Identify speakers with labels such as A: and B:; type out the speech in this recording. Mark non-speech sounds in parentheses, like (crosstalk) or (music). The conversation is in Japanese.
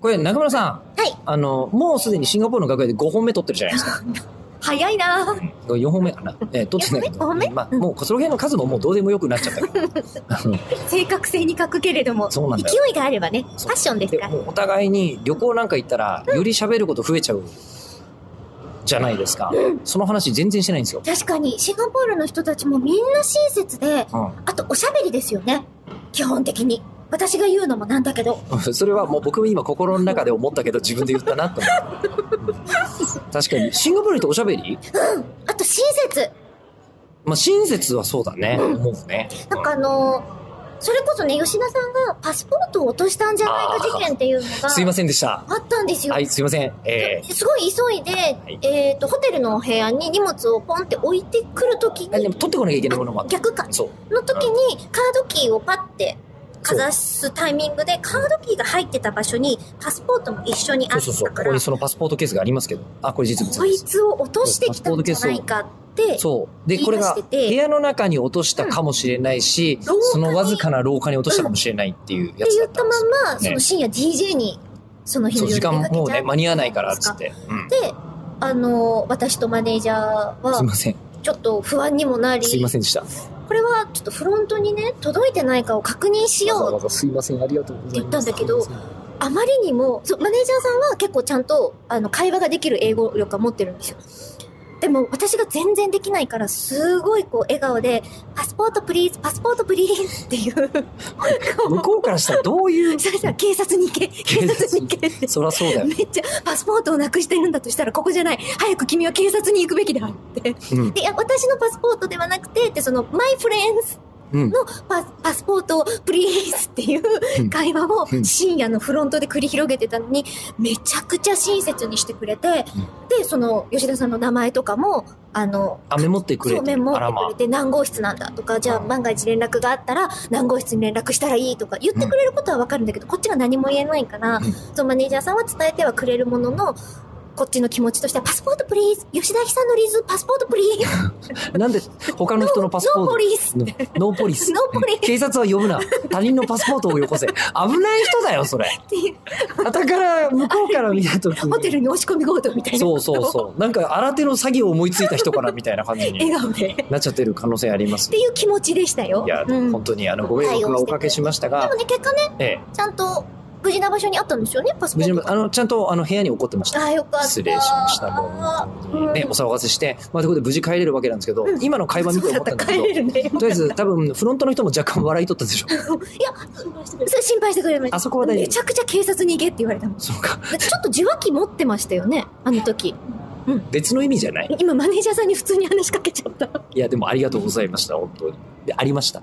A: これ、中村さん、
B: はい。
A: あの、もうすでにシンガポールの楽屋で5本目取ってるじゃないですか。
B: 早いなぁ。
A: 4本目かな。えー取ってないけ
B: 四
A: ど。
B: 本目
A: まあ、もう、その辺の数ももうどうでもよくなっちゃった
B: (laughs)
A: けど。あの
B: 正確性に欠くけれども、勢
A: そうなんだよ
B: いがあればね、フ
A: そう
B: ァッションです
A: で
B: から。
A: もうお互いに旅行なんか行ったら、より喋ること増えちゃうじゃないですか。その話全然してないんですよ。
B: 確かに、シンガポールの人たちもみんな親切で、
A: う
B: あとおしゃべりですよね。基本的に。私が言うのもなんだけど。
A: ん、 (laughs) それはもう僕も今心の中で思ったけど自分で言ったなと思った確かにシンガポールとおしゃべり、
B: あと親切。
A: まあ、親切はそうだね思うね
B: なんかあのーそれこそね、吉田さんがパスポートを落としたんじゃないか事件っていうの
A: うんすい
B: が
A: ませんでした
B: あったんですよ。
A: はいすいませんえ
B: すごい急いで、えっ、と、ホテルのお部屋に荷物をポンって置いてくるとき
A: ー、あでも
B: に、
A: 取ってこなきゃいけないものもあった
B: 逆か、
A: そう
B: の時にカードキーをパッてかざすタイミングでカードキーが入ってた場所にパスポートも一緒にあ
A: そう
B: っ
A: そうそう
B: た
A: こ
B: か
A: こ
B: ら
A: にそのパスポートケースがありますけどあこれ実物
B: こ
A: で
B: い
A: す
B: つを落としてきたんじゃないかって
A: そうで
B: 言い
A: これ
B: 出
A: が
B: して
A: 部
B: て
A: 屋の中に落としたかもしれないし、
B: 廊下に
A: そのわずかな廊下に落としたかもしれないっていうや
B: って
A: つだ
B: 言
A: っ
B: ったた
A: んですよ
B: まま、
A: ね
B: その深夜 DJ にその日
A: そ
B: の
A: う時間
B: 夜出かけちゃ
A: もうね
B: う
A: 間に合わないからっつって、うん
B: であの私とマネージャ
A: す
B: ー
A: い
B: は
A: ません
B: ちょっと不安にもなり
A: すいませんでした
B: これはちょっとフロントにね届いてないかを確認しよう
A: ざすいませんありがとうご
B: ざいますって言ったんあまりにもそうマネージャーさんは結構ちゃんとあの会話ができる英語力は持ってるんですよでも私が全然できないからすごいこう笑顔で「パスポートプリーズパスポートプリーズ」っていう (laughs)
A: 向こうからしたらどういう
B: それじゃ警察に行け警察に行けって
A: そりゃそうだよ、
B: めっちゃパスポートをなくしてるんだとしたらここじゃない早く君は警察に行くべきだって
A: うん
B: でいや私のパスポートではなくてってその「マイフレンズ」
A: うん、
B: のパパスポートをプリーズってい
A: ん
B: う会話を
A: うん
B: 深夜のフロントで繰り広げてたのにめちゃくちゃ親切にしてくれて、でその吉田さんの名前とかもあの
A: あメモってくれ
B: 正
A: て
B: 面も
A: あら
B: 送
A: ま
B: ってくれて何号室なんだとかじゃあ万が一連絡があったら何号室に連絡したらいいとか言ってくれることは分かるんだけど、こっちが何も言えないから、
A: うん
B: そのマネージャーさんは伝えてはくれるもののこっちの気持ちとしてはパスポートプリーズ吉田久典ズパスポートプリーズ
A: なんで他の人のパスポー
B: ノー
A: ト
B: ポリス
A: ノノーポリス
B: ノーポリス
A: うん警察は呼ぶな他人のパスポートをよこせ危ない人だよそれ
B: っていう
A: だから向こうから見た時
B: (laughs) ホテルに押し込み強盗みたいな
A: そうそうそうなんか新手の詐欺を思いついた人からみたいな感じ
B: (laughs) 笑
A: に
B: 顔で。っ
A: なっちゃってる可能性あります
B: ていう気持ちでしたよ。
A: いや、
B: うん、で
A: 本
B: も
A: 当にあのご迷惑はおかけしましたが、
B: ね、結果ね、
A: ええ、
B: ちゃんと無事な場所にあったんですよね、パスポ
A: 無
B: ー
A: 事
B: ト
A: にあのちゃんとあの部屋に怒ってました
B: ああ、よかった。
A: 失礼しましたもう本当にね、
B: うん
A: お騒がせして、まあ、ということで無事帰れるわけなんですけど、
B: うん
A: 今の会話見て思ったんだけど
B: そうだった帰れるね。
A: とりあえず多分フロントの人も若干笑いとったでしょ
B: いや、そう心配してくれました。
A: あそこは大丈夫
B: めちゃくちゃ警察に行けって言われたもん。
A: そうか
B: だってちょっと受話器持ってましたよね、あの時。
A: 別の意味じゃない
B: 今、マネージャーさんに普通に話しかけちゃった。
A: いやでもありがとうございました本当にでありました